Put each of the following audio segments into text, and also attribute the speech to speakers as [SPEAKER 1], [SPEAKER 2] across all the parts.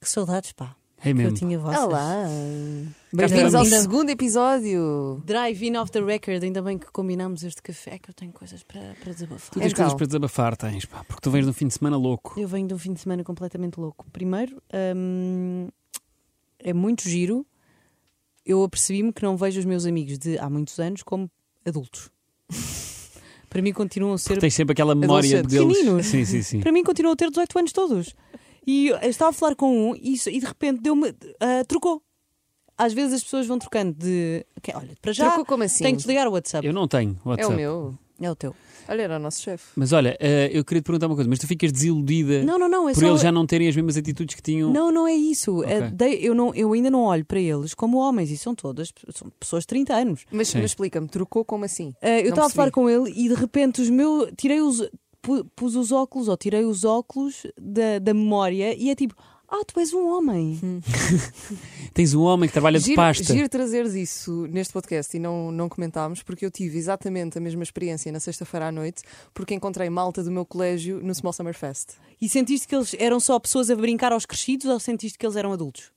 [SPEAKER 1] que saudades, pá.
[SPEAKER 2] É
[SPEAKER 1] Que eu
[SPEAKER 2] mesmo.
[SPEAKER 1] tinha vossas.
[SPEAKER 3] Olá!
[SPEAKER 2] estamos.
[SPEAKER 3] Bem-vindos ao segundo episódio.
[SPEAKER 1] Drive-in off the record, ainda bem que combinámos este café, que eu tenho coisas para, para desabafar.
[SPEAKER 2] Tu tens
[SPEAKER 3] Então.
[SPEAKER 2] coisas para desabafar, tens, pá, porque tu vens de um fim de semana louco.
[SPEAKER 1] É Eu venho de um fim de semana completamente louco. Primeiro, hum, é muito giro. Eu apercebi-me que não vejo os meus amigos de há muitos anos como adultos. para mim continuam a ser
[SPEAKER 2] Tens sempre aquela memória
[SPEAKER 3] Adolescente.
[SPEAKER 2] deles.
[SPEAKER 1] Pequenino.
[SPEAKER 2] Sim, sim, sim.
[SPEAKER 1] Para mim continuam a ter 18 anos todos. E eu estava a falar com um e, isso- e de repente deu-me. ah, trocou. Às vezes as pessoas vão trocando de. ok, olha, para já
[SPEAKER 3] Trocou como assim?
[SPEAKER 1] tenho que desligar o WhatsApp.
[SPEAKER 2] Eu não tenho
[SPEAKER 3] É
[SPEAKER 2] WhatsApp.
[SPEAKER 3] o meu.
[SPEAKER 1] É o teu.
[SPEAKER 3] Olha, era o nosso chefe.
[SPEAKER 2] Mas olha, eh, eu queria te perguntar uma coisa, mas tu ficas desiludida
[SPEAKER 1] Não, não, não. É
[SPEAKER 2] Eh, por
[SPEAKER 1] só...
[SPEAKER 2] eles já não terem as mesmas atitudes que tinham.
[SPEAKER 1] Não, não é isso. É,
[SPEAKER 2] Ok.
[SPEAKER 1] dei- eu, não, eu ainda não olho para eles como homens e são todas são pessoas de 30 anos.
[SPEAKER 3] Mas,
[SPEAKER 2] Sim.
[SPEAKER 3] mas explica-me, trocou como assim?
[SPEAKER 1] Ah, eu
[SPEAKER 3] Não
[SPEAKER 1] estava a falar
[SPEAKER 3] percebi.
[SPEAKER 1] com ele e de repente os meus. Tirei os. pu- Pus os óculos ou tirei os óculos da, da memória e é tipo: Ah, tu és um homem.
[SPEAKER 2] Tens um homem que trabalha de
[SPEAKER 3] Giro,
[SPEAKER 2] pasta.
[SPEAKER 3] giro trazeres isso neste podcast e não, não comentámos, porque eu tive exatamente a mesma experiência na sexta-feira à noite, porque encontrei malta do meu colégio no Small Summer Fest.
[SPEAKER 1] E sentiste que eles eram só pessoas a brincar aos crescidos ou sentiste que eles eram adultos?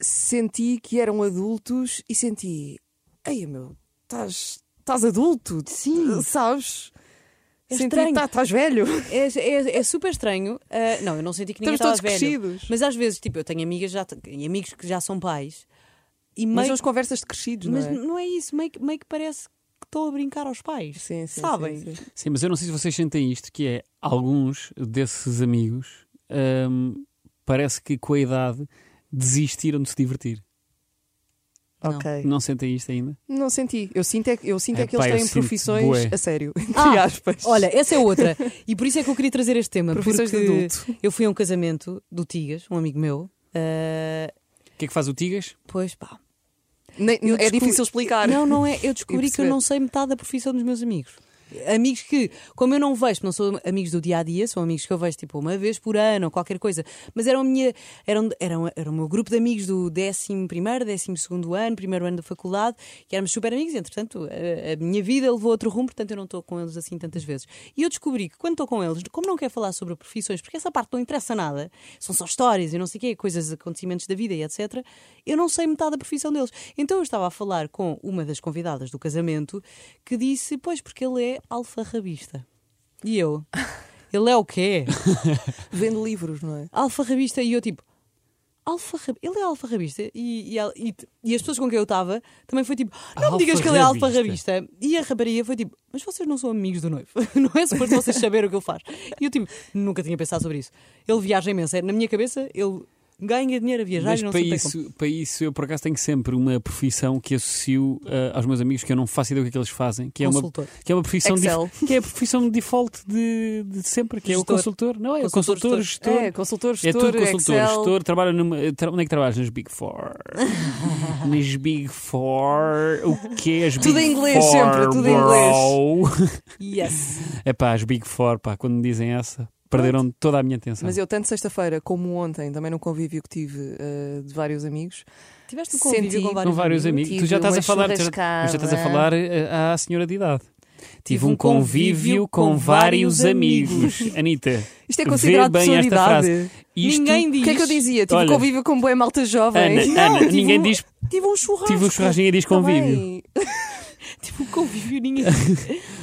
[SPEAKER 3] Senti que eram adultos e senti, ei meu, estás estás adulto,
[SPEAKER 1] Sim.
[SPEAKER 3] sabes?
[SPEAKER 1] É
[SPEAKER 3] senti,
[SPEAKER 1] estranho.
[SPEAKER 3] "Tá- estás velho,
[SPEAKER 1] É, é- é super estranho. Ah, não, eu não senti que ninguém
[SPEAKER 3] estamos
[SPEAKER 1] estava
[SPEAKER 3] todos
[SPEAKER 1] velho.
[SPEAKER 3] crescidos.
[SPEAKER 1] Mas às vezes, tipo, eu tenho amigas já, e amigos que já são pais e meio.
[SPEAKER 3] Mas são as conversas de crescidos,
[SPEAKER 1] mas
[SPEAKER 3] não é?
[SPEAKER 1] não é isso, meio, que- meio que parece que estou a brincar aos pais.
[SPEAKER 3] Sim, sim,
[SPEAKER 1] Sabem?
[SPEAKER 3] sim, sim.
[SPEAKER 2] Sim, mas eu não sei se vocês sentem isto, que é alguns desses amigos hum, parece que com a idade desistiram de se divertir.
[SPEAKER 1] Não.
[SPEAKER 2] Não sentem isto ainda?
[SPEAKER 3] Não senti. Eu sinto é, que- eu sinto é, que
[SPEAKER 2] Epá,
[SPEAKER 3] eles
[SPEAKER 2] eu
[SPEAKER 3] têm
[SPEAKER 2] sinto
[SPEAKER 3] profissões
[SPEAKER 2] bué.
[SPEAKER 3] a sério, entre
[SPEAKER 1] Ah,
[SPEAKER 3] aspas.
[SPEAKER 1] Olha, essa é outra. E por isso é que eu queria trazer este tema.
[SPEAKER 3] profissões de
[SPEAKER 1] porque
[SPEAKER 3] adulto.
[SPEAKER 1] eu fui a um casamento do Tigas, um amigo meu. Ah,
[SPEAKER 2] O que é que faz o Tigas?
[SPEAKER 1] pois pá.
[SPEAKER 3] Nem-
[SPEAKER 1] Eu
[SPEAKER 3] é
[SPEAKER 1] descobri-
[SPEAKER 3] difícil explicar.
[SPEAKER 1] Não, não é. Eu descobri que eu
[SPEAKER 3] perceber.
[SPEAKER 1] não sei metade da profissão dos meus amigos. Amigos que, como eu não vejo, não sou amigos do dia a dia, são amigos que eu vejo tipo uma vez por ano ou qualquer coisa, mas eram a minha, eram, eram, era o meu grupo de amigos do 11, 12 ano, primeiro ano da faculdade, que éramos super amigos, entretanto a, a minha vida levou outro rumo, portanto eu não estou com eles assim tantas vezes. E eu descobri que quando estou com eles, como não quero falar sobre profissões, porque essa parte não interessa nada, são só histórias e não sei o quê, coisas, acontecimentos da vida e etc., eu não sei metade da profissão deles. Então eu estava a falar com uma das convidadas do casamento que disse: Pois, porque ele é alfarrabista. E eu, ele é o quê?
[SPEAKER 3] Vendo livros, não é?
[SPEAKER 1] alfarrabista. E eu, tipo, alfarrabista. Ele é alfarrabista. E, e, al- e, t- e as pessoas com quem eu estava também foi tipo, não me digas que ele é
[SPEAKER 2] Alfarrabista.
[SPEAKER 1] alfarrabista. E a rapariga foi tipo, mas vocês não são amigos do noivo. Não é suposto vocês saberem o que ele faz. E eu, tipo, nunca tinha pensado sobre isso. Ele viaja imenso. É, Na minha cabeça, ele ganha dinheiro a viajar
[SPEAKER 2] Mas
[SPEAKER 1] e não
[SPEAKER 2] para
[SPEAKER 3] é
[SPEAKER 1] sei bem
[SPEAKER 2] isso, para isso, eu por acaso tenho sempre uma profissão que associo ah, aos meus amigos que eu não faço ideia do que é que eles fazem, que é
[SPEAKER 1] como.
[SPEAKER 2] uma,
[SPEAKER 1] Consultor.
[SPEAKER 2] que é uma profissão dif-
[SPEAKER 3] Excel.
[SPEAKER 2] que é a profissão default de, de sempre, que é o
[SPEAKER 1] Gestor.
[SPEAKER 2] consultor. Não é? O
[SPEAKER 1] Consultor,
[SPEAKER 2] consultor, gestor.
[SPEAKER 3] É, consultor,
[SPEAKER 2] É
[SPEAKER 3] gestor,
[SPEAKER 2] tudo consultor,
[SPEAKER 3] Excel.
[SPEAKER 2] gestor, trabalha numa. tra- Onde é que trabalhas? Nas Big Four. Nas Big Four. O quê? As
[SPEAKER 3] Tudo
[SPEAKER 2] Big
[SPEAKER 3] em inglês
[SPEAKER 2] Four,
[SPEAKER 3] sempre, tudo em
[SPEAKER 2] bro.
[SPEAKER 1] Yes.
[SPEAKER 2] É pá, as Big Four, pá, quando me dizem essa, perderam toda a minha atenção.
[SPEAKER 3] Mas eu, tanto sexta-feira como ontem, também num convívio que tive eh, de vários amigos,
[SPEAKER 1] Tiveste um convívio
[SPEAKER 3] Senti-
[SPEAKER 1] com vários,
[SPEAKER 2] Com vários amigos. Tu já estás a falar. tu já- Mas já estás a falar eh, à senhora de idade. Tive um convívio com vários amigos. Anitta,
[SPEAKER 3] isto é
[SPEAKER 2] Vê
[SPEAKER 3] considerado
[SPEAKER 2] bem esta
[SPEAKER 3] personalidade.
[SPEAKER 2] isto.
[SPEAKER 1] Ninguém diz.
[SPEAKER 3] O que é que eu dizia? Tive
[SPEAKER 2] Olha.
[SPEAKER 3] convívio com um boé malta
[SPEAKER 2] Ana,
[SPEAKER 3] jovem.
[SPEAKER 2] Ana,
[SPEAKER 1] tive
[SPEAKER 2] ninguém
[SPEAKER 1] um-
[SPEAKER 2] diz.
[SPEAKER 1] Tive um churrasco.
[SPEAKER 2] Tive um churrasquinho e diz
[SPEAKER 3] Tá
[SPEAKER 2] convívio.
[SPEAKER 3] bem.
[SPEAKER 1] Tive um convívio ninguém.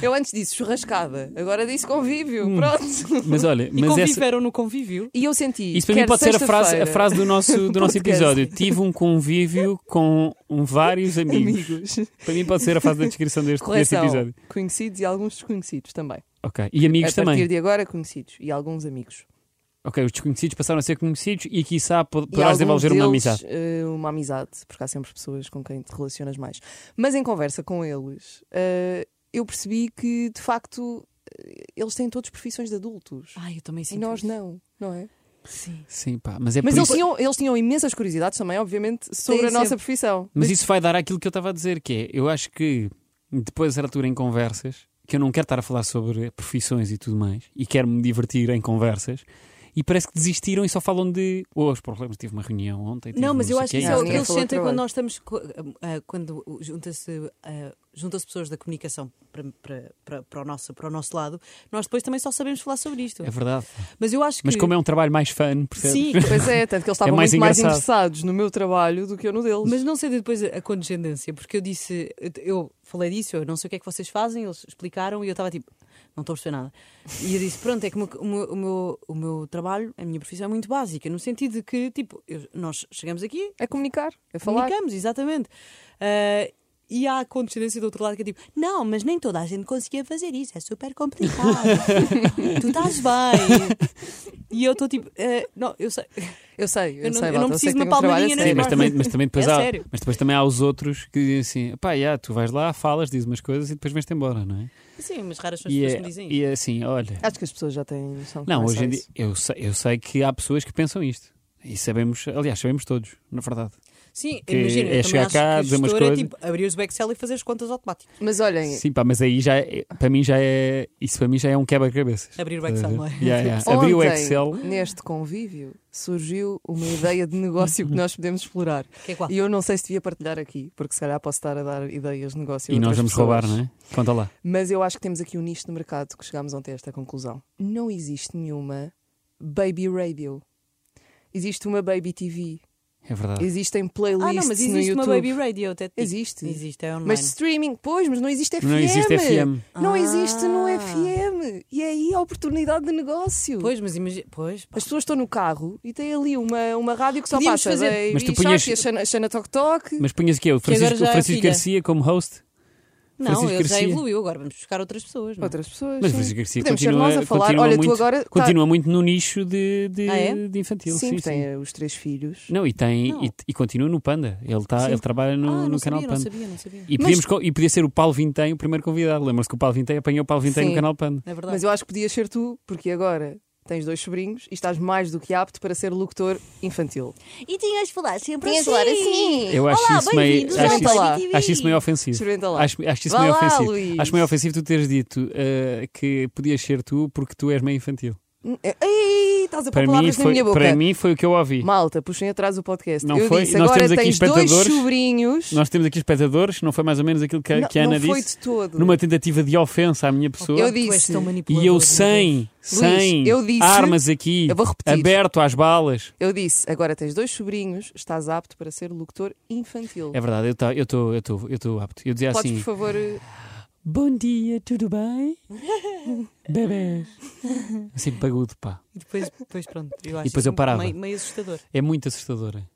[SPEAKER 3] Eu antes disse churrascada, agora disse convívio.
[SPEAKER 2] Hum.
[SPEAKER 3] Pronto.
[SPEAKER 2] Mas olha,
[SPEAKER 1] E
[SPEAKER 2] mas essa.
[SPEAKER 1] conviveram no convívio.
[SPEAKER 3] E eu senti.
[SPEAKER 2] Isso para mim
[SPEAKER 3] quer
[SPEAKER 2] pode ser a frase, a
[SPEAKER 3] é sexta-feira-
[SPEAKER 2] frase do nosso, do nosso
[SPEAKER 3] Podcast.
[SPEAKER 2] episódio. Tive um convívio com um- vários amigos.
[SPEAKER 3] Amigos.
[SPEAKER 2] Para mim pode ser a frase da descrição deste, deste
[SPEAKER 3] Correção.
[SPEAKER 2] episódio.
[SPEAKER 3] Conhecidos e alguns desconhecidos também.
[SPEAKER 2] Ok. E amigos
[SPEAKER 3] a partir
[SPEAKER 2] também.
[SPEAKER 3] de agora, conhecidos e alguns amigos.
[SPEAKER 2] Ok, os desconhecidos passaram a ser conhecidos e quiçá pod-
[SPEAKER 3] e alguns
[SPEAKER 2] poderás desenvolver uma
[SPEAKER 3] deles,
[SPEAKER 2] amizade.
[SPEAKER 3] eh, uma amizade, porque há sempre pessoas com quem te relacionas mais. Mas em conversa com eles, eh, eu percebi que, de facto, eh, eles têm todos profissões de adultos.
[SPEAKER 1] Ai, eu também
[SPEAKER 3] e
[SPEAKER 1] sinto
[SPEAKER 3] nós
[SPEAKER 1] isso.
[SPEAKER 3] não, não é?
[SPEAKER 1] Sim.
[SPEAKER 2] Sim, pá. Mas é
[SPEAKER 3] Mas
[SPEAKER 2] por
[SPEAKER 3] eles
[SPEAKER 2] isso...
[SPEAKER 3] tinham, eles tinham imensas curiosidades também, obviamente, sobre
[SPEAKER 1] Têm
[SPEAKER 3] a nossa
[SPEAKER 1] sempre.
[SPEAKER 3] profissão.
[SPEAKER 2] Mas isso vai dar àquilo que eu estava a dizer, que é, eu acho que depois dessa altura em conversas, que eu não quero estar a falar sobre profissões e tudo mais, e quero me divertir em conversas, e parece que desistiram e só falam de oh, os problemas. Tive uma reunião ontem. tive
[SPEAKER 1] Não, mas eu
[SPEAKER 2] sei
[SPEAKER 1] acho que
[SPEAKER 2] quê, Ah,
[SPEAKER 1] isso é o que
[SPEAKER 3] ninguém
[SPEAKER 1] eles
[SPEAKER 3] falou de
[SPEAKER 1] sentem quando
[SPEAKER 3] trabalho.
[SPEAKER 1] nós estamos. co- ah, Quando junta-se. ah, Juntam-se pessoas da comunicação para, para, para, para o nosso, para o nosso lado, nós depois também só sabemos falar sobre isto.
[SPEAKER 2] É verdade.
[SPEAKER 1] Mas eu acho que.
[SPEAKER 2] Mas como é um trabalho mais fun, percebes?
[SPEAKER 1] Sim,
[SPEAKER 3] Pois é, tanto que eles estavam
[SPEAKER 2] mais
[SPEAKER 3] muito mais
[SPEAKER 2] engraçado.
[SPEAKER 3] interessados no meu trabalho do que eu no deles.
[SPEAKER 1] Mas não sei depois a a condescendência, porque eu disse, eu- eu falei disso, eu não sei o que é que vocês fazem, eles explicaram e eu estava tipo, não estou a perceber nada. E eu disse, pronto, é que o meu, o meu- o meu- o meu trabalho, a minha profissão é muito básica, no sentido de que, tipo, eu- nós chegamos aqui,
[SPEAKER 3] É comunicar, é falar.
[SPEAKER 1] comunicamos, exatamente. Ah, e há a condescendência do outro lado que é tipo, não, mas nem toda a gente conseguia fazer isso, é super complicado. tu estás bem. E eu estou tipo, "Ah, não, eu sei.
[SPEAKER 3] Eu sei, eu,
[SPEAKER 1] Eu não-
[SPEAKER 3] sei,
[SPEAKER 1] eu
[SPEAKER 3] Walter,
[SPEAKER 1] não
[SPEAKER 3] eu sei
[SPEAKER 1] preciso
[SPEAKER 3] que
[SPEAKER 1] de uma
[SPEAKER 3] tenho um trabalho a
[SPEAKER 1] palmadinha,
[SPEAKER 2] Sim,
[SPEAKER 3] sério.
[SPEAKER 1] nem
[SPEAKER 2] mas, também, mas, também depois
[SPEAKER 1] É
[SPEAKER 2] há,
[SPEAKER 1] sério.
[SPEAKER 2] mas depois também há os outros que dizem assim: pá, já, tu vais lá, falas, dizes umas coisas e depois vais-te embora, não é?
[SPEAKER 1] Sim, mas raras são as
[SPEAKER 2] E
[SPEAKER 1] pessoas
[SPEAKER 2] é,
[SPEAKER 1] que me dizem
[SPEAKER 2] e é assim: olha,
[SPEAKER 3] Acho que as pessoas já têm noção que
[SPEAKER 2] não,
[SPEAKER 3] é
[SPEAKER 2] hoje
[SPEAKER 3] só
[SPEAKER 2] em dia,
[SPEAKER 3] isso.
[SPEAKER 2] eu sei, eu sei que há pessoas que pensam isto. E sabemos, aliás, sabemos todos, na verdade.
[SPEAKER 1] Sim,
[SPEAKER 2] Que
[SPEAKER 1] imagina,
[SPEAKER 2] é
[SPEAKER 1] eu também
[SPEAKER 2] chegar
[SPEAKER 1] acho
[SPEAKER 2] cá,
[SPEAKER 1] que a
[SPEAKER 2] dizer umas
[SPEAKER 1] gestora
[SPEAKER 2] coisas.
[SPEAKER 1] é tipo abrir o Excel e fazer as contas automáticas.
[SPEAKER 3] Mas olhem,
[SPEAKER 2] Sim, pá, mas aí já é, para mim já é, isso para mim já é um quebra-cabeças.
[SPEAKER 1] Abrir o
[SPEAKER 2] Estás a
[SPEAKER 1] Excel,
[SPEAKER 2] ver?
[SPEAKER 1] não é?
[SPEAKER 2] Yeah, yeah.
[SPEAKER 3] ontem,
[SPEAKER 2] Abri o Excel.
[SPEAKER 3] neste convívio, surgiu uma ideia de negócio que nós podemos explorar.
[SPEAKER 1] Que é qual?
[SPEAKER 3] E eu não sei se devia partilhar aqui, porque se calhar posso estar a dar ideias de negócio. a
[SPEAKER 2] E nós
[SPEAKER 3] outras
[SPEAKER 2] vamos
[SPEAKER 3] pessoas.
[SPEAKER 2] roubar, não é? Conta lá.
[SPEAKER 3] Mas eu acho que temos aqui um nicho de mercado que chegámos ontem a esta conclusão. Não existe nenhuma baby radio. Existe uma baby TV.
[SPEAKER 2] É verdade.
[SPEAKER 3] Existem playlists
[SPEAKER 1] Ah, não, mas
[SPEAKER 3] no
[SPEAKER 1] existe
[SPEAKER 3] YouTube.
[SPEAKER 1] uma baby radio até tipo.
[SPEAKER 3] Existe.
[SPEAKER 1] Existe, é online.
[SPEAKER 3] Mas streaming, pois, mas não existe FM.
[SPEAKER 2] Não existe FM.
[SPEAKER 3] Não
[SPEAKER 1] Ah.
[SPEAKER 3] existe no FM. E é aí a oportunidade de negócio.
[SPEAKER 1] Pois, mas imagina. Pois, pá.
[SPEAKER 3] As pessoas estão no carro e tem ali uma, uma rádio que só
[SPEAKER 1] Podíamos
[SPEAKER 3] passa.
[SPEAKER 1] fazer-
[SPEAKER 3] Baby
[SPEAKER 2] Mas tu
[SPEAKER 3] Shark
[SPEAKER 2] punhas-
[SPEAKER 3] e a Xana, a Xana Toc Toc.
[SPEAKER 2] Mas punhas aqui o Francisco,
[SPEAKER 1] agora já é
[SPEAKER 2] Francisco
[SPEAKER 1] filha.
[SPEAKER 2] Garcia como host.
[SPEAKER 1] não,
[SPEAKER 2] Francisco
[SPEAKER 1] ele já
[SPEAKER 2] Garcia.
[SPEAKER 1] evoluiu agora, vamos buscar outras pessoas. não é?
[SPEAKER 3] Outras pessoas.
[SPEAKER 2] Mas o
[SPEAKER 3] sim.
[SPEAKER 2] Francisco Garcia
[SPEAKER 3] Podemos ser
[SPEAKER 2] continua,
[SPEAKER 3] nós a falar.
[SPEAKER 2] continua
[SPEAKER 3] Olha,
[SPEAKER 2] muito,
[SPEAKER 3] tu agora. tá-
[SPEAKER 2] continua muito no nicho de, de,
[SPEAKER 1] Ah, é?
[SPEAKER 2] de infantil.
[SPEAKER 3] Sim,
[SPEAKER 2] Sim,
[SPEAKER 3] tem
[SPEAKER 2] sim.
[SPEAKER 3] os três filhos.
[SPEAKER 2] Não, e, tem,
[SPEAKER 1] Não.
[SPEAKER 2] E, e continua no Panda. Ele, tá,
[SPEAKER 1] Sim.
[SPEAKER 2] ele trabalha no,
[SPEAKER 1] ah, não
[SPEAKER 2] no
[SPEAKER 1] sabia,
[SPEAKER 2] canal
[SPEAKER 1] não
[SPEAKER 2] Panda.
[SPEAKER 1] sabia, não sabia.
[SPEAKER 2] E, podíamos co- e podia ser o Paulo Vintém o primeiro convidado. Lembra-se que o Paulo Vintém apanhou o Paulo Vintém
[SPEAKER 3] Sim.
[SPEAKER 2] no canal Panda.
[SPEAKER 1] É verdade.
[SPEAKER 3] Mas eu acho que podias ser tu, porque agora tens dois sobrinhos e estás mais do que apto para ser locutor infantil.
[SPEAKER 4] E tinhas de falar sempre
[SPEAKER 3] Tinhas de
[SPEAKER 4] assim.
[SPEAKER 3] falar assim.
[SPEAKER 2] Eu acho
[SPEAKER 4] Olá,
[SPEAKER 2] isso meio.
[SPEAKER 4] bem-vindos
[SPEAKER 3] ao
[SPEAKER 2] Acho isso,
[SPEAKER 3] Panda
[SPEAKER 4] TV.
[SPEAKER 2] acho isso meio ofensivo.
[SPEAKER 3] Experimenta lá.
[SPEAKER 2] Acho, acho isso
[SPEAKER 3] Vá
[SPEAKER 2] meio
[SPEAKER 3] lá,
[SPEAKER 2] ofensivo.
[SPEAKER 3] Luís.
[SPEAKER 2] Acho meio ofensivo tu teres dito eh, que podias ser tu porque tu és meio infantil.
[SPEAKER 3] É- Ei, estás a pôr
[SPEAKER 2] Para mim,
[SPEAKER 3] palavras na
[SPEAKER 2] foi,
[SPEAKER 3] minha boca.
[SPEAKER 2] para mim foi o que eu ouvi.
[SPEAKER 3] Malta, puxem atrás o podcast.
[SPEAKER 2] Não
[SPEAKER 3] eu
[SPEAKER 2] foi?
[SPEAKER 3] disse,
[SPEAKER 2] Nós
[SPEAKER 3] agora
[SPEAKER 2] temos aqui
[SPEAKER 3] tens dois
[SPEAKER 2] espectadores.
[SPEAKER 3] sobrinhos.
[SPEAKER 2] Nós temos aqui espectadores, não foi mais ou menos aquilo que, a-
[SPEAKER 3] não,
[SPEAKER 2] que a Ana
[SPEAKER 3] não foi
[SPEAKER 2] disse.
[SPEAKER 3] de todo.
[SPEAKER 2] Numa tentativa de ofensa à minha pessoa.
[SPEAKER 3] Eu
[SPEAKER 1] Tu és
[SPEAKER 3] disse-
[SPEAKER 1] tão
[SPEAKER 3] E eu
[SPEAKER 1] manipulador, é?
[SPEAKER 2] E eu
[SPEAKER 1] meu Deus.
[SPEAKER 2] sem, sem
[SPEAKER 3] eu disse-
[SPEAKER 2] armas aqui,
[SPEAKER 3] Eu vou repetir.
[SPEAKER 2] aberto às balas.
[SPEAKER 3] Eu disse, agora tens dois sobrinhos, estás apto para ser locutor infantil.
[SPEAKER 2] É verdade, eu tá- eu estou eu tô, eu tô apto. Eu dizia
[SPEAKER 3] Podes,
[SPEAKER 2] assim:
[SPEAKER 3] por favor. eh,
[SPEAKER 2] Bom dia, tudo bem? Bebês. Assim, pagudo, pá.
[SPEAKER 1] E depois, depois pronto, eu acho
[SPEAKER 2] depois eu
[SPEAKER 1] isso
[SPEAKER 2] parava.
[SPEAKER 1] Meio, meio assustador.
[SPEAKER 2] É muito assustadora.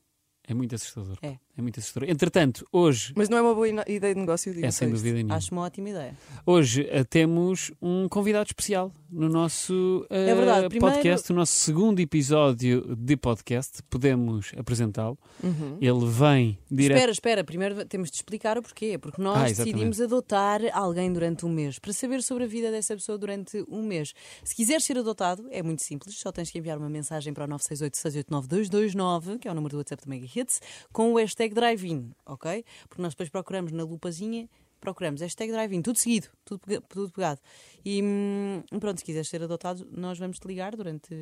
[SPEAKER 2] É muito assustador. pá.
[SPEAKER 1] É.
[SPEAKER 2] é muito assustador. Entretanto, hoje,
[SPEAKER 3] Mas não é uma boa ino- ideia de negócio, eu digo.
[SPEAKER 2] é sem
[SPEAKER 3] só isto.
[SPEAKER 2] dúvida nenhuma.
[SPEAKER 1] Acho uma ótima ideia.
[SPEAKER 2] Hoje eh, temos um convidado especial no nosso eh,
[SPEAKER 1] É verdade, primeiro-
[SPEAKER 2] podcast, o nosso segundo episódio de podcast. Podemos apresentá-lo.
[SPEAKER 3] Uhum.
[SPEAKER 2] Ele vem direto.
[SPEAKER 1] Espera, espera, primeiro temos de explicar o porquê. Porque nós
[SPEAKER 2] Ah, exatamente.
[SPEAKER 1] decidimos adotar alguém durante um mês para saber sobre a vida dessa pessoa durante um mês. Se quiseres ser adotado, é muito simples, só tens que enviar uma mensagem para o 968-689-229, que é o número do WhatsApp da Mega Hits, com o hashtag Drive-In, ok? Porque nós depois procuramos na lupazinha. Procuramos hashtag drive-in, tudo seguido, tudo, pega- tudo pegado. E hum, pronto, se quiseres ser adotado, nós vamos te ligar durante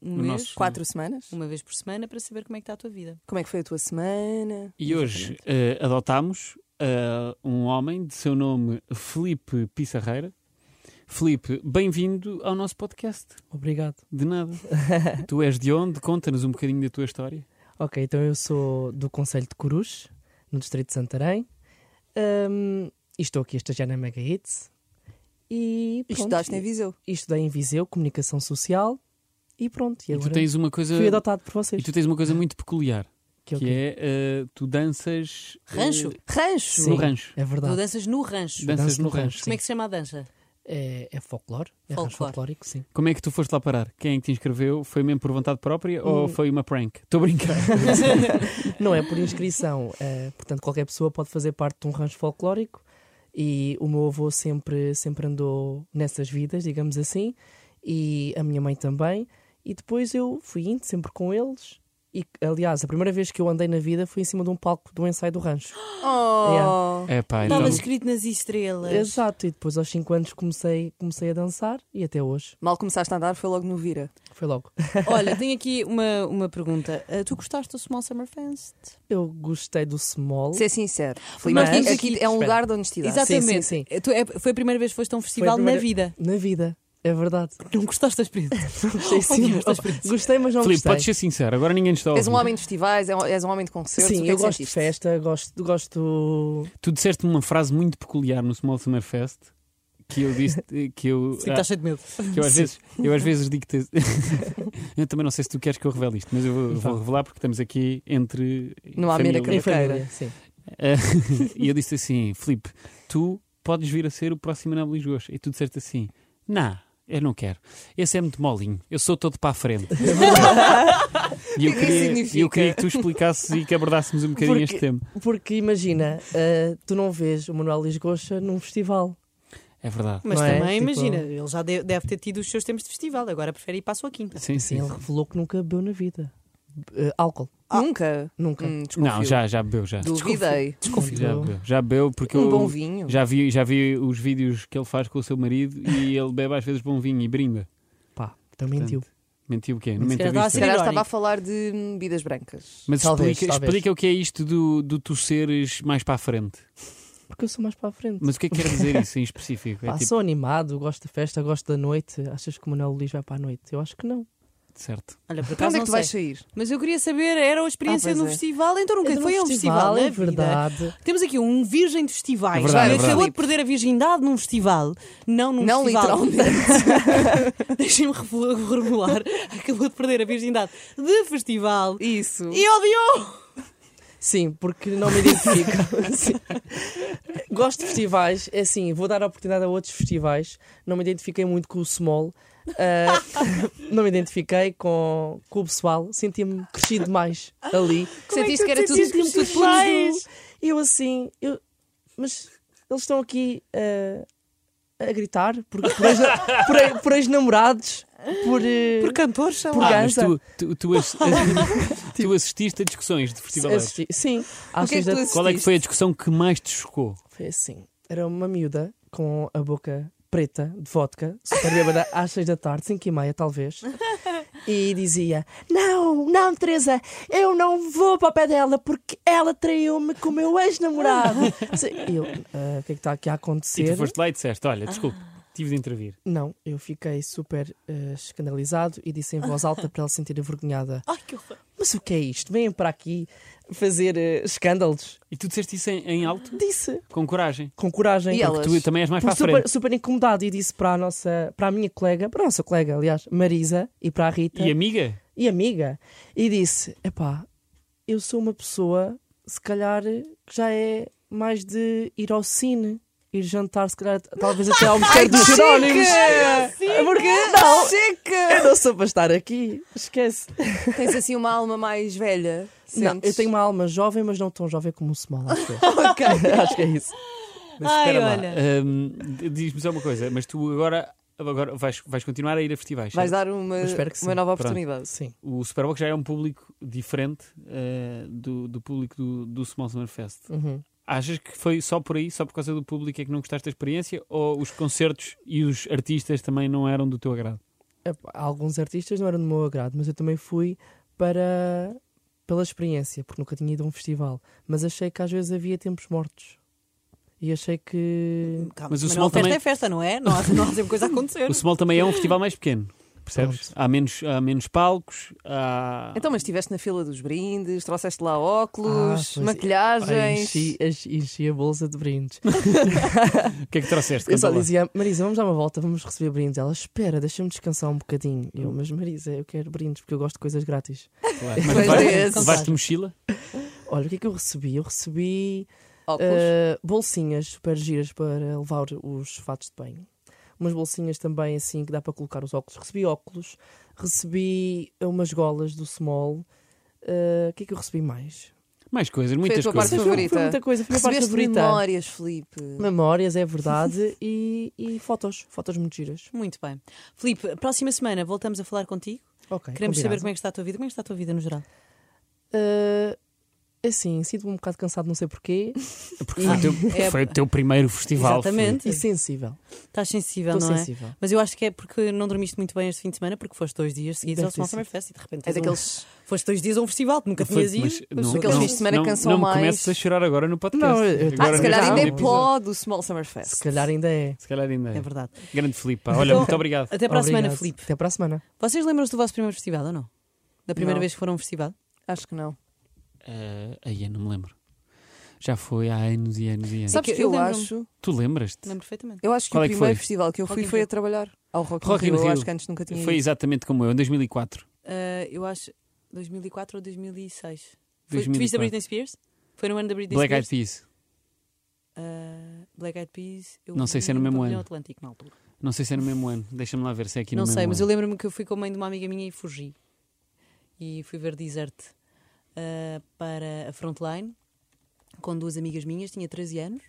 [SPEAKER 1] um
[SPEAKER 2] No
[SPEAKER 1] mês,
[SPEAKER 2] nosso-
[SPEAKER 3] Quatro semanas.
[SPEAKER 1] uma vez por semana, para saber como é que está a tua vida.
[SPEAKER 3] Como é que foi a tua semana?
[SPEAKER 2] E hoje eh, adotámos eh, um homem de seu nome Felipe Pissarreira. Felipe, bem-vindo ao nosso podcast.
[SPEAKER 5] Obrigado.
[SPEAKER 2] De nada. tu és de onde? Conta-nos um bocadinho da tua história.
[SPEAKER 5] Ok, então eu sou do Conselho de Corus, no Distrito de Santarém, Ahm, e estou aqui a estagiar na Mega Hits. E
[SPEAKER 3] E
[SPEAKER 5] pronto,
[SPEAKER 3] Estudaste em Viseu.
[SPEAKER 5] e estudei em Viseu, Comunicação Social, e pronto. E
[SPEAKER 2] E
[SPEAKER 5] agora
[SPEAKER 2] tu tens uma coisa.
[SPEAKER 5] fui adotado por
[SPEAKER 2] E
[SPEAKER 5] vocês.
[SPEAKER 2] tu tens uma coisa muito peculiar,
[SPEAKER 5] que é o
[SPEAKER 2] que
[SPEAKER 5] quê?
[SPEAKER 2] é eh, tu danças eh,
[SPEAKER 1] Rancho?
[SPEAKER 3] Rancho!
[SPEAKER 2] no
[SPEAKER 5] Sim.
[SPEAKER 2] rancho.
[SPEAKER 5] É
[SPEAKER 1] Tu
[SPEAKER 5] verdade.
[SPEAKER 1] danças no rancho.
[SPEAKER 2] Danças
[SPEAKER 5] Danço
[SPEAKER 2] no rancho,
[SPEAKER 1] Como é
[SPEAKER 5] sim.
[SPEAKER 1] que se chama a dança?
[SPEAKER 5] É, é folclore, é rancho
[SPEAKER 1] Folclore.
[SPEAKER 5] folclórico, sim.
[SPEAKER 2] Como é que tu foste lá parar? Quem é que te inscreveu? Foi mesmo por vontade própria ou
[SPEAKER 5] Hum.
[SPEAKER 2] foi uma prank? Estou a brincar.
[SPEAKER 5] Não é por inscrição, eh, portanto qualquer pessoa pode fazer parte de um rancho folclórico e o meu avô sempre, sempre andou nessas vidas, digamos assim, e a minha mãe também. E depois eu fui indo sempre com eles E, aliás, a primeira vez que eu andei na vida foi em cima de um palco do ensaio do rancho.
[SPEAKER 1] Oh,
[SPEAKER 5] Yeah.
[SPEAKER 2] É pá, então,
[SPEAKER 1] Estava escrito nas estrelas.
[SPEAKER 5] Exato, e depois aos 5 anos comecei, comecei a dançar e até hoje.
[SPEAKER 3] Mal começaste a andar, foi logo no Vira.
[SPEAKER 5] Foi logo.
[SPEAKER 1] Olha, tenho aqui uma, uma pergunta. Ah, tu gostaste do Small Summer Fest?
[SPEAKER 5] Eu gostei do small.
[SPEAKER 3] Ser sincero. Filipe,
[SPEAKER 1] Nós temos
[SPEAKER 3] aqui
[SPEAKER 1] aqui-
[SPEAKER 3] é um
[SPEAKER 5] Espera.
[SPEAKER 3] lugar de honestidade.
[SPEAKER 1] Exatamente.
[SPEAKER 5] sim,
[SPEAKER 1] Tu- é- foi a primeira vez que foste a um festival
[SPEAKER 5] primeira-
[SPEAKER 1] na vida.
[SPEAKER 5] Na vida, é verdade.
[SPEAKER 1] Não gostaste da experiência?
[SPEAKER 5] Gostei sim.
[SPEAKER 1] Odiaste a
[SPEAKER 5] Oh, Gostei, mas não
[SPEAKER 2] Filipe,
[SPEAKER 5] gostei.
[SPEAKER 2] podes ser sincero, agora ninguém nos está a
[SPEAKER 3] És um
[SPEAKER 2] ouvir.
[SPEAKER 3] homem de festivais, é um- és um homem de concertos. o
[SPEAKER 5] Sim,
[SPEAKER 3] que é
[SPEAKER 5] eu
[SPEAKER 3] que
[SPEAKER 5] gosto de
[SPEAKER 3] sentiste?
[SPEAKER 5] festa, gosto, gosto
[SPEAKER 2] Tu disseste uma frase muito peculiar no Small Summer Fest que eu disse que eu, ah,
[SPEAKER 1] Sim, estás cheio de medo.
[SPEAKER 2] que eu às vezes eu às vezes digo te eu também não sei se tu queres que eu revele isto, mas eu vou, eu vou revelar porque estamos aqui entre
[SPEAKER 3] Não há
[SPEAKER 2] família.
[SPEAKER 3] mira
[SPEAKER 5] em
[SPEAKER 3] Eu
[SPEAKER 5] família. Sim.
[SPEAKER 2] Eh, e eu disse assim, Filipe, tu podes vir a ser o próximo Anápolis Gosto. E tu disseste assim, não, eu não quero. Esse é muito molinho, eu sou todo para a frente. e eu
[SPEAKER 3] que
[SPEAKER 2] queria,
[SPEAKER 3] significa?
[SPEAKER 2] e eu queria que tu explicasses e que abordássemos um bocadinho
[SPEAKER 5] Porque-
[SPEAKER 2] este tema.
[SPEAKER 5] Porque imagina, ah, tu não vês o Manuel Lisgocha num festival.
[SPEAKER 2] É verdade.
[SPEAKER 1] Mas
[SPEAKER 5] Não é?
[SPEAKER 1] também
[SPEAKER 5] Tipo-
[SPEAKER 1] imagina, ele já de- deve ter tido os seus tempos de festival, agora prefere ir para a sua quinta.
[SPEAKER 2] Sim,
[SPEAKER 5] Sim,
[SPEAKER 2] sim.
[SPEAKER 5] ele revelou que nunca bebeu na vida. Ah, álcool,
[SPEAKER 3] Nunca.
[SPEAKER 5] nunca.
[SPEAKER 3] Hum, desconfio.
[SPEAKER 2] Não, já, já bebeu, já.
[SPEAKER 3] Duvidei.
[SPEAKER 2] Já
[SPEAKER 5] Confirmou.
[SPEAKER 2] bebeu, já bebeu porque
[SPEAKER 3] Um
[SPEAKER 2] eu
[SPEAKER 3] bom vinho.
[SPEAKER 2] Já, vi, já vi os vídeos que ele faz com o seu marido e ele bebe às vezes bom vinho e brinda.
[SPEAKER 5] Pá, então mentiu.
[SPEAKER 2] Mentiu o quê?
[SPEAKER 1] Se
[SPEAKER 2] Não
[SPEAKER 5] é
[SPEAKER 2] mentiu
[SPEAKER 1] calhar dá a
[SPEAKER 3] Se
[SPEAKER 1] ser
[SPEAKER 3] calhar
[SPEAKER 1] irónico.
[SPEAKER 3] estava a falar de hum, bebidas brancas.
[SPEAKER 2] Mas
[SPEAKER 5] Talvez,
[SPEAKER 2] explica,
[SPEAKER 5] talvez.
[SPEAKER 2] explica o que é isto do, do tu seres mais para a frente.
[SPEAKER 5] Porque eu sou mais para a frente.
[SPEAKER 2] Mas o que é que quer dizer isso em específico? É
[SPEAKER 5] Pá,
[SPEAKER 2] tipo,
[SPEAKER 5] sou animado, gosto da festa, gosto da noite. Achas que o Manuel Luís vai para a noite? Eu acho que não.
[SPEAKER 2] certo.
[SPEAKER 1] Olha, por acaso
[SPEAKER 3] Para onde é que
[SPEAKER 1] não
[SPEAKER 3] tu
[SPEAKER 1] sei.
[SPEAKER 3] vais sair?
[SPEAKER 1] Mas eu queria saber, era a experiência
[SPEAKER 3] Ah, pois
[SPEAKER 1] no
[SPEAKER 3] é.
[SPEAKER 1] festival, então nunca
[SPEAKER 5] Eu
[SPEAKER 1] foi a um festival,
[SPEAKER 5] é
[SPEAKER 1] na vida.
[SPEAKER 5] verdade.
[SPEAKER 1] Temos aqui um virgem de festivais.
[SPEAKER 2] É verdade,
[SPEAKER 1] que
[SPEAKER 2] é verdade.
[SPEAKER 1] Acabou de perder a virgindade num festival. Não num
[SPEAKER 3] Não então.
[SPEAKER 1] festival.
[SPEAKER 3] literalmente.
[SPEAKER 1] Deixem-me refu- reformular. Acabou de perder a virgindade de festival.
[SPEAKER 3] Isso.
[SPEAKER 1] E odiou!
[SPEAKER 5] Sim, porque não me identifico. Sim. Gosto de festivais, é assim, vou dar a oportunidade a outros festivais. Não me identifiquei muito com o Small. Ah, não me identifiquei com, com o pessoal. Senti-me crescido mais ali.
[SPEAKER 3] Sentiste que era tudo
[SPEAKER 5] Senti-me tudo
[SPEAKER 3] tudo
[SPEAKER 5] mais. E eu assim, eu, mas eles estão aqui ah, a gritar por, por ex- por ex- por ex-namorados, por, eh,
[SPEAKER 1] Por cantores, sei
[SPEAKER 5] Por
[SPEAKER 3] Ah,
[SPEAKER 5] Tipo,
[SPEAKER 1] lá.
[SPEAKER 5] cá.
[SPEAKER 2] Ah, mas
[SPEAKER 5] Ganza. É,
[SPEAKER 2] tu, tu, tu as- tu assististe a discussões de festivais.
[SPEAKER 5] assisti- Sim, às
[SPEAKER 3] O que é
[SPEAKER 5] seis
[SPEAKER 3] que tu
[SPEAKER 5] da-
[SPEAKER 2] Qual é que foi a discussão que mais te chocou?
[SPEAKER 5] Foi assim. Era uma miúda com a boca preta de vodka, super bêbada, às seis da tarde, cinco e meia talvez, e dizia: Não, não, Teresa, eu não vou para o pé dela porque ela traiu-me com o meu ex-namorado. Sim, e eu, "Ah, o que é que está aqui a
[SPEAKER 2] E tu
[SPEAKER 5] acontecer?
[SPEAKER 2] foste lá e disseste:
[SPEAKER 5] Ah.
[SPEAKER 2] Olha, desculpe, tive de intervir.
[SPEAKER 5] Não, eu fiquei super eh, escandalizado e disse em voz alta para ela se sentir envergonhada:
[SPEAKER 1] Ai, que horror.
[SPEAKER 5] Mas o que é isto? Vêm para aqui fazer eh, escândalos?
[SPEAKER 2] E tu disseste isso em, em alto,
[SPEAKER 5] Disse,
[SPEAKER 2] com coragem.
[SPEAKER 5] com coragem.
[SPEAKER 3] E ela?
[SPEAKER 2] Porque
[SPEAKER 3] Elas.
[SPEAKER 2] tu também és mais
[SPEAKER 5] Fui
[SPEAKER 2] para a frente.
[SPEAKER 5] super, super incomodado e disse para a nossa, para a minha colega, para a nossa colega, aliás, Marisa e para a Rita
[SPEAKER 2] E
[SPEAKER 5] e,
[SPEAKER 2] amiga?
[SPEAKER 5] amiga, e disse: Epá, eu sou uma pessoa, se calhar, que já é mais de ir ao cine, ir jantar, se calhar, talvez até ao mosteiro dos Jerónimos.
[SPEAKER 3] É
[SPEAKER 5] Porque não, eu
[SPEAKER 3] Checa!
[SPEAKER 5] não sou para estar aqui, esquece.
[SPEAKER 3] Tens assim uma alma mais velha.
[SPEAKER 5] Não,
[SPEAKER 3] Sentes?
[SPEAKER 5] eu tenho uma alma jovem, mas não tão jovem como o Small, acho que é.
[SPEAKER 3] Ok.
[SPEAKER 5] acho que é isso.
[SPEAKER 2] Mas
[SPEAKER 1] Ai,
[SPEAKER 2] espera lá.
[SPEAKER 1] olha.
[SPEAKER 2] hum, d- Diz-me só uma coisa, mas tu agora, agora vais, vais continuar a ir a festivais.
[SPEAKER 3] Vais
[SPEAKER 2] certo?
[SPEAKER 3] dar uma,
[SPEAKER 5] Eu espero que sim.
[SPEAKER 3] uma nova
[SPEAKER 2] Pronto.
[SPEAKER 3] oportunidade.
[SPEAKER 5] Sim.
[SPEAKER 2] O Super Bowl já é um público diferente eh, do, do público do, do Small Summer Fest.
[SPEAKER 5] Uhum.
[SPEAKER 2] Achas que foi só por aí, só por causa do público é que não gostaste da experiência? Ou os concertos e os artistas também não eram do teu agrado?
[SPEAKER 5] Epá, alguns artistas não eram do meu agrado, mas eu também fui para pela experiência, porque nunca tinha ido a um festival. Mas achei que às vezes havia tempos mortos. E achei que.
[SPEAKER 1] Calma,
[SPEAKER 2] Mas o
[SPEAKER 1] não,
[SPEAKER 2] small
[SPEAKER 1] festa
[SPEAKER 2] também-
[SPEAKER 1] é festa, não é? Não há, não há sempre coisa a acontecer.
[SPEAKER 2] O Small também é um festival mais pequeno, percebes?
[SPEAKER 5] Pronto.
[SPEAKER 2] Há menos, há menos palcos, há...
[SPEAKER 3] Então, mas estiveste na fila dos brindes, trouxeste lá
[SPEAKER 5] Ah,
[SPEAKER 3] óculos,
[SPEAKER 5] pois é. Ai,
[SPEAKER 3] maquilhagens.
[SPEAKER 5] enchi, enchi- enchi a bolsa de brindes.
[SPEAKER 2] o que é que trouxeste?
[SPEAKER 5] Eu só
[SPEAKER 2] Conta lá.
[SPEAKER 5] dizia, Marisa, vamos dar uma volta, vamos receber brindes. Ela, espera, deixa-me descansar um bocadinho. Eu,
[SPEAKER 2] Hum.
[SPEAKER 5] mas Marisa, eu quero brindes porque eu gosto de coisas grátis.
[SPEAKER 2] Claro. Mas
[SPEAKER 3] Pois
[SPEAKER 2] levaste-
[SPEAKER 3] é, esse.
[SPEAKER 2] levaste mochila?
[SPEAKER 5] Olha, o que é que eu recebi? Eu recebi
[SPEAKER 3] Óculos.
[SPEAKER 5] Uh, bolsinhas super giras para levar os fatos de banho. Umas bolsinhas também assim que dá para colocar os óculos. Recebi óculos, recebi umas golas do Small. Uh, O que é que eu recebi mais?
[SPEAKER 2] Mais coisas,
[SPEAKER 3] a
[SPEAKER 2] muitas
[SPEAKER 3] tua
[SPEAKER 2] coisas.
[SPEAKER 3] parte
[SPEAKER 5] Foi-
[SPEAKER 3] favorita.
[SPEAKER 5] Foi muita coisa, foi a minha parte
[SPEAKER 3] Recebeste
[SPEAKER 5] favorita.
[SPEAKER 3] memórias, Felipe.
[SPEAKER 5] Memórias, é verdade, e, e fotos, fotos muito giras.
[SPEAKER 1] Muito bem. Filipe, próxima semana voltamos a falar contigo.
[SPEAKER 5] Ok,
[SPEAKER 1] Queremos saber é
[SPEAKER 5] combinado.
[SPEAKER 1] como é que está a tua vida. Como é que está a tua vida no geral?
[SPEAKER 5] Ah, assim, sinto-me um bocado cansado, não sei porquê,
[SPEAKER 2] Porque foi, o teu,
[SPEAKER 1] É-
[SPEAKER 2] foi o teu primeiro festival.
[SPEAKER 1] Exatamente.
[SPEAKER 5] e sensível.
[SPEAKER 1] Estás sensível,
[SPEAKER 5] Estou
[SPEAKER 1] não é?
[SPEAKER 5] sensível.
[SPEAKER 1] Mas eu acho que é porque não dormiste muito bem este fim de semana, porque foste dois dias seguidos
[SPEAKER 5] Deve
[SPEAKER 1] ao Small
[SPEAKER 5] ter
[SPEAKER 1] Summer Fest e de repente.
[SPEAKER 3] É
[SPEAKER 1] tens um-
[SPEAKER 3] daqueles.
[SPEAKER 1] Foste dois dias a um festival que nunca
[SPEAKER 2] Foi,
[SPEAKER 1] tinhas ido.
[SPEAKER 2] mas não,
[SPEAKER 3] Aqueles
[SPEAKER 2] não,
[SPEAKER 3] fins de semana
[SPEAKER 2] não,
[SPEAKER 3] cansam
[SPEAKER 2] não me
[SPEAKER 3] mais.
[SPEAKER 2] comeces a chorar agora no podcast.
[SPEAKER 5] Não, eu- eu-
[SPEAKER 2] Agora
[SPEAKER 3] Ah, se
[SPEAKER 5] Agora
[SPEAKER 2] no
[SPEAKER 3] calhar
[SPEAKER 5] não.
[SPEAKER 3] ainda é
[SPEAKER 2] um episódio.
[SPEAKER 3] pó do Small Summer Fest.
[SPEAKER 5] Se calhar ainda é.
[SPEAKER 2] Se calhar ainda é.
[SPEAKER 1] É verdade.
[SPEAKER 2] Grande Filipe. pá. Olha,
[SPEAKER 1] Então-
[SPEAKER 2] muito obrigado.
[SPEAKER 1] Até para a semana,
[SPEAKER 5] Obrigado.
[SPEAKER 1] Filipe.
[SPEAKER 5] Até para a semana.
[SPEAKER 1] Vocês lembram-se do vosso primeiro festival ou não? Da primeira
[SPEAKER 3] Não.
[SPEAKER 1] vez que foram a um festival?
[SPEAKER 3] Acho que não.
[SPEAKER 2] Eh, aí eu não me lembro. Já foi há anos e anos e anos.
[SPEAKER 3] Sabes
[SPEAKER 1] que
[SPEAKER 3] que,
[SPEAKER 1] eu
[SPEAKER 3] eu,
[SPEAKER 1] lembro-me.
[SPEAKER 3] acho?
[SPEAKER 2] Tu lembras-te?
[SPEAKER 1] Lembro perfeitamente.
[SPEAKER 3] Eu acho que
[SPEAKER 2] Qual
[SPEAKER 3] o
[SPEAKER 2] é que
[SPEAKER 3] primeiro
[SPEAKER 2] foi?
[SPEAKER 3] festival que eu
[SPEAKER 1] Rock
[SPEAKER 3] fui
[SPEAKER 1] in
[SPEAKER 3] foi
[SPEAKER 1] Rio.
[SPEAKER 3] a trabalhar ao Rock,
[SPEAKER 2] Rock
[SPEAKER 3] in
[SPEAKER 2] in
[SPEAKER 3] Rio. Eu
[SPEAKER 2] Rio.
[SPEAKER 3] acho que antes nunca tinha
[SPEAKER 2] Foi
[SPEAKER 3] ido.
[SPEAKER 2] exatamente como eu, em 2004.
[SPEAKER 1] Ah, eu acho 2004 ou 2006. Foi
[SPEAKER 2] 2004.
[SPEAKER 1] Twist da Britney Spears? Foi no ano da Britney
[SPEAKER 2] Black Eyed
[SPEAKER 1] Spears?
[SPEAKER 2] Peas.
[SPEAKER 1] Ah, Black Eyed Peas. eu
[SPEAKER 2] Não sei
[SPEAKER 1] vi
[SPEAKER 2] se é no mesmo
[SPEAKER 1] pavilhão
[SPEAKER 2] ano.
[SPEAKER 1] Atlântico na altura.
[SPEAKER 2] Não sei se é no mesmo ano. Deixa-me lá ver se é aqui
[SPEAKER 1] não
[SPEAKER 2] no mesmo
[SPEAKER 1] sei, mas eu
[SPEAKER 2] ano.
[SPEAKER 1] lembro-me que eu fui com a mãe de uma amiga minha e fugi. E fui ver Desert ah, para a Frontline com duas amigas minhas, tinha 13 anos.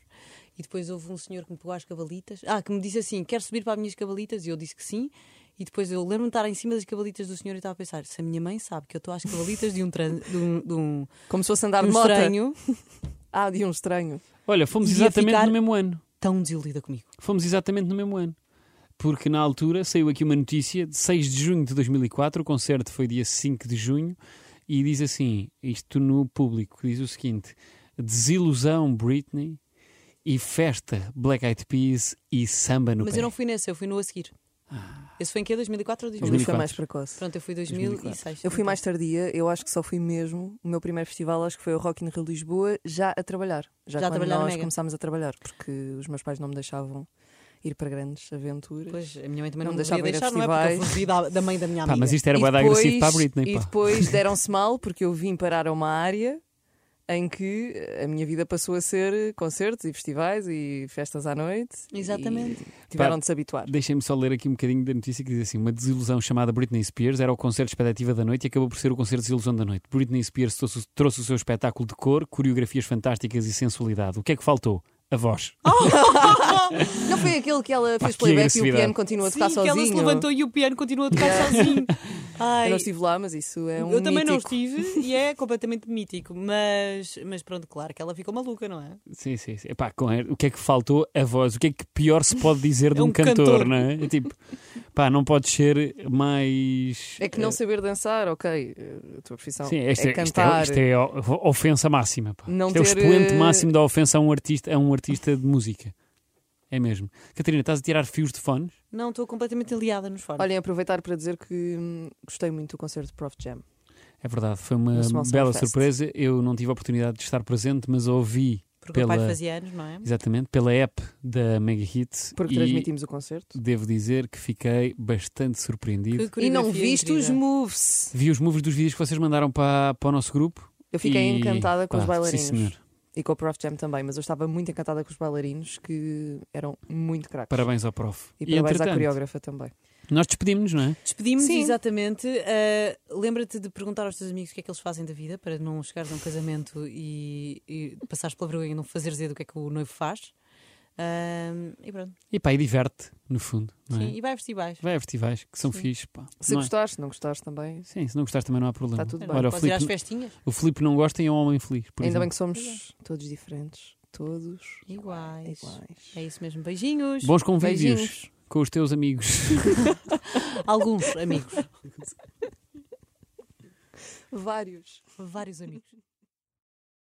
[SPEAKER 1] E depois houve um senhor que me pegou às cabalitas. Ah, que me disse assim: quer subir para as minhas cabalitas? E eu disse que sim. E depois eu lembro-me de estar em cima das cabalitas do senhor e estava a pensar: se a minha mãe sabe que eu estou às cabalitas de um, tran- de um, de um,
[SPEAKER 3] Como se fosse
[SPEAKER 1] de
[SPEAKER 3] andar
[SPEAKER 1] um
[SPEAKER 3] de moto.
[SPEAKER 1] estranho,
[SPEAKER 3] Ah, de um estranho.
[SPEAKER 2] Olha, fomos
[SPEAKER 1] Ia
[SPEAKER 2] exatamente
[SPEAKER 1] ficar-
[SPEAKER 2] no mesmo ano.
[SPEAKER 1] tão desiludida comigo.
[SPEAKER 2] Fomos exatamente no mesmo ano. Porque na altura saiu aqui uma notícia de 6 de junho de 2004, o concerto foi dia 5 de junho, e diz assim: isto no público, diz o seguinte: desilusão Britney e festa Black Eyed Peas e samba no
[SPEAKER 1] Mas
[SPEAKER 2] pé. Ah.
[SPEAKER 1] eu não fui nesse, eu fui no a seguir. Esse foi em que? 2004 ou
[SPEAKER 3] O Luís foi
[SPEAKER 1] 2005?
[SPEAKER 3] mais precoce.
[SPEAKER 1] Pronto, eu fui em 2006.
[SPEAKER 2] 2004.
[SPEAKER 3] Eu
[SPEAKER 1] então.
[SPEAKER 3] fui mais tardia, eu acho que só fui mesmo. O meu primeiro festival acho que foi o Rock in Rio Lisboa, já a trabalhar. Já,
[SPEAKER 1] Já a
[SPEAKER 3] quando
[SPEAKER 1] trabalhar na
[SPEAKER 3] nós
[SPEAKER 1] Mega.
[SPEAKER 3] começámos a trabalhar, porque os meus pais não me deixavam ir para grandes aventuras.
[SPEAKER 1] Pois, a minha mãe também
[SPEAKER 3] Não
[SPEAKER 1] não, me
[SPEAKER 3] me
[SPEAKER 1] deixava
[SPEAKER 3] deixava ir
[SPEAKER 1] deixar,
[SPEAKER 3] a
[SPEAKER 1] não é? Porque eu
[SPEAKER 3] festivais.
[SPEAKER 1] fui da, da mãe da minha
[SPEAKER 2] Pá,
[SPEAKER 1] amiga.
[SPEAKER 2] mas isto era bué de
[SPEAKER 3] depois-
[SPEAKER 2] agressivo para a Britney.
[SPEAKER 3] E
[SPEAKER 2] Pá.
[SPEAKER 3] depois deram-se mal porque eu vim parar a uma área em que a minha vida passou a ser concertos e festivais e festas à noite.
[SPEAKER 1] Exatamente.
[SPEAKER 3] E tiveram de se habituar.
[SPEAKER 2] Deixem-me só ler aqui um bocadinho da notícia que diz assim: uma desilusão chamada Britney Spears era o concerto expectativa da noite e acabou por ser o concerto de desilusão da noite. Britney Spears trouxe, trouxe o seu espetáculo de cor, coreografias fantásticas e sensualidade. O que é que faltou? A voz.
[SPEAKER 3] Oh. Não foi aquele que ela
[SPEAKER 2] Pá,
[SPEAKER 3] fez
[SPEAKER 2] que
[SPEAKER 3] playback e o
[SPEAKER 2] agressividade.
[SPEAKER 3] piano continua a
[SPEAKER 1] Sim,
[SPEAKER 3] tocar
[SPEAKER 1] que
[SPEAKER 3] sozinho.
[SPEAKER 1] ela se levantou e o piano continua a tocar sozinho. Ai,
[SPEAKER 3] Eu não estive lá, mas isso é um
[SPEAKER 1] eu também não
[SPEAKER 3] mítico.
[SPEAKER 1] estive e é completamente mítico. Mas, mas pronto, claro que ela ficou maluca, não é?
[SPEAKER 2] Sim, sim. sim. Epá, com a- o que é que faltou? A voz. O que é que pior se pode dizer de
[SPEAKER 1] É
[SPEAKER 2] um,
[SPEAKER 1] um
[SPEAKER 2] cantor,
[SPEAKER 1] cantor.
[SPEAKER 2] não é? É tipo, pá, não pode ser mais.
[SPEAKER 3] É que não saber dançar, ok, a tua profissão
[SPEAKER 2] Sim, esta,
[SPEAKER 3] é
[SPEAKER 2] é, isto
[SPEAKER 3] cantar.
[SPEAKER 2] é, isto é o- ofensa máxima. Pá.
[SPEAKER 3] Não
[SPEAKER 2] isto é o
[SPEAKER 3] ter,
[SPEAKER 2] expoente
[SPEAKER 3] eh,
[SPEAKER 2] máximo da ofensa a um, artista, a um artista de música. É mesmo. Catarina, estás a tirar fios de fones?
[SPEAKER 1] Não, estou completamente aliada nos fones.
[SPEAKER 3] Olhem, aproveitar para dizer que hum, gostei muito do concerto de Prof Jam.
[SPEAKER 2] É verdade, foi uma
[SPEAKER 3] No Small Summer
[SPEAKER 2] bela
[SPEAKER 3] Fest.
[SPEAKER 2] surpresa. Eu não tive a oportunidade de estar presente, mas ouvi
[SPEAKER 1] porque o pai
[SPEAKER 2] pela-
[SPEAKER 1] fazia anos, não é?
[SPEAKER 2] exatamente pela app da Mega Hit
[SPEAKER 3] Porque
[SPEAKER 2] e
[SPEAKER 3] transmitimos o concerto.
[SPEAKER 2] devo dizer que fiquei bastante surpreendido.
[SPEAKER 1] Que
[SPEAKER 3] E não
[SPEAKER 1] coreografia
[SPEAKER 3] viste os
[SPEAKER 1] incrível.
[SPEAKER 3] moves.
[SPEAKER 2] Vi os moves dos vídeos que vocês mandaram para, para o nosso grupo.
[SPEAKER 3] Eu fiquei
[SPEAKER 2] e,
[SPEAKER 3] encantada com
[SPEAKER 2] pá,
[SPEAKER 3] os bailarinos.
[SPEAKER 2] Sim, senhor.
[SPEAKER 3] E com o Prof Jam também, mas eu estava muito encantada com os bailarinos que eram muito craques.
[SPEAKER 2] Parabéns ao prof.
[SPEAKER 3] E parabéns à
[SPEAKER 2] entretanto,
[SPEAKER 3] coreógrafa também.
[SPEAKER 2] nós despedimos-nos, não é?
[SPEAKER 1] Despedimos,
[SPEAKER 3] Sim.
[SPEAKER 1] exatamente. Uh, Lembra-te de perguntar aos teus amigos o que é que eles fazem da vida para não chegares a um casamento e, e passares pela vergonha e não fazeres ideia do que é que o noivo faz. Um, e pronto.
[SPEAKER 2] E pá, e diverte, no fundo. Não é?
[SPEAKER 1] Sim, e vai a festivais.
[SPEAKER 2] Vai a festivais que são
[SPEAKER 1] Sim.
[SPEAKER 2] fixes, pá.
[SPEAKER 3] Se
[SPEAKER 2] Não é?
[SPEAKER 3] gostares, se não gostares também,
[SPEAKER 2] Sim, se não gostares também não há problema.
[SPEAKER 3] Tá tudo bem.
[SPEAKER 2] Olha, o
[SPEAKER 1] Podes ir às
[SPEAKER 2] Filipe,
[SPEAKER 1] festinhas?
[SPEAKER 2] o Filipe não gosta e é um homem feliz. por
[SPEAKER 3] ainda bem que
[SPEAKER 2] exemplo.
[SPEAKER 3] somos todos diferentes, todos
[SPEAKER 1] Iguais.
[SPEAKER 3] iguais.
[SPEAKER 1] É isso mesmo. Beijinhos.
[SPEAKER 2] Bons convívios
[SPEAKER 3] Beijinhos.
[SPEAKER 2] com os teus amigos.
[SPEAKER 1] Alguns amigos.
[SPEAKER 3] Vários.
[SPEAKER 1] Vários amigos.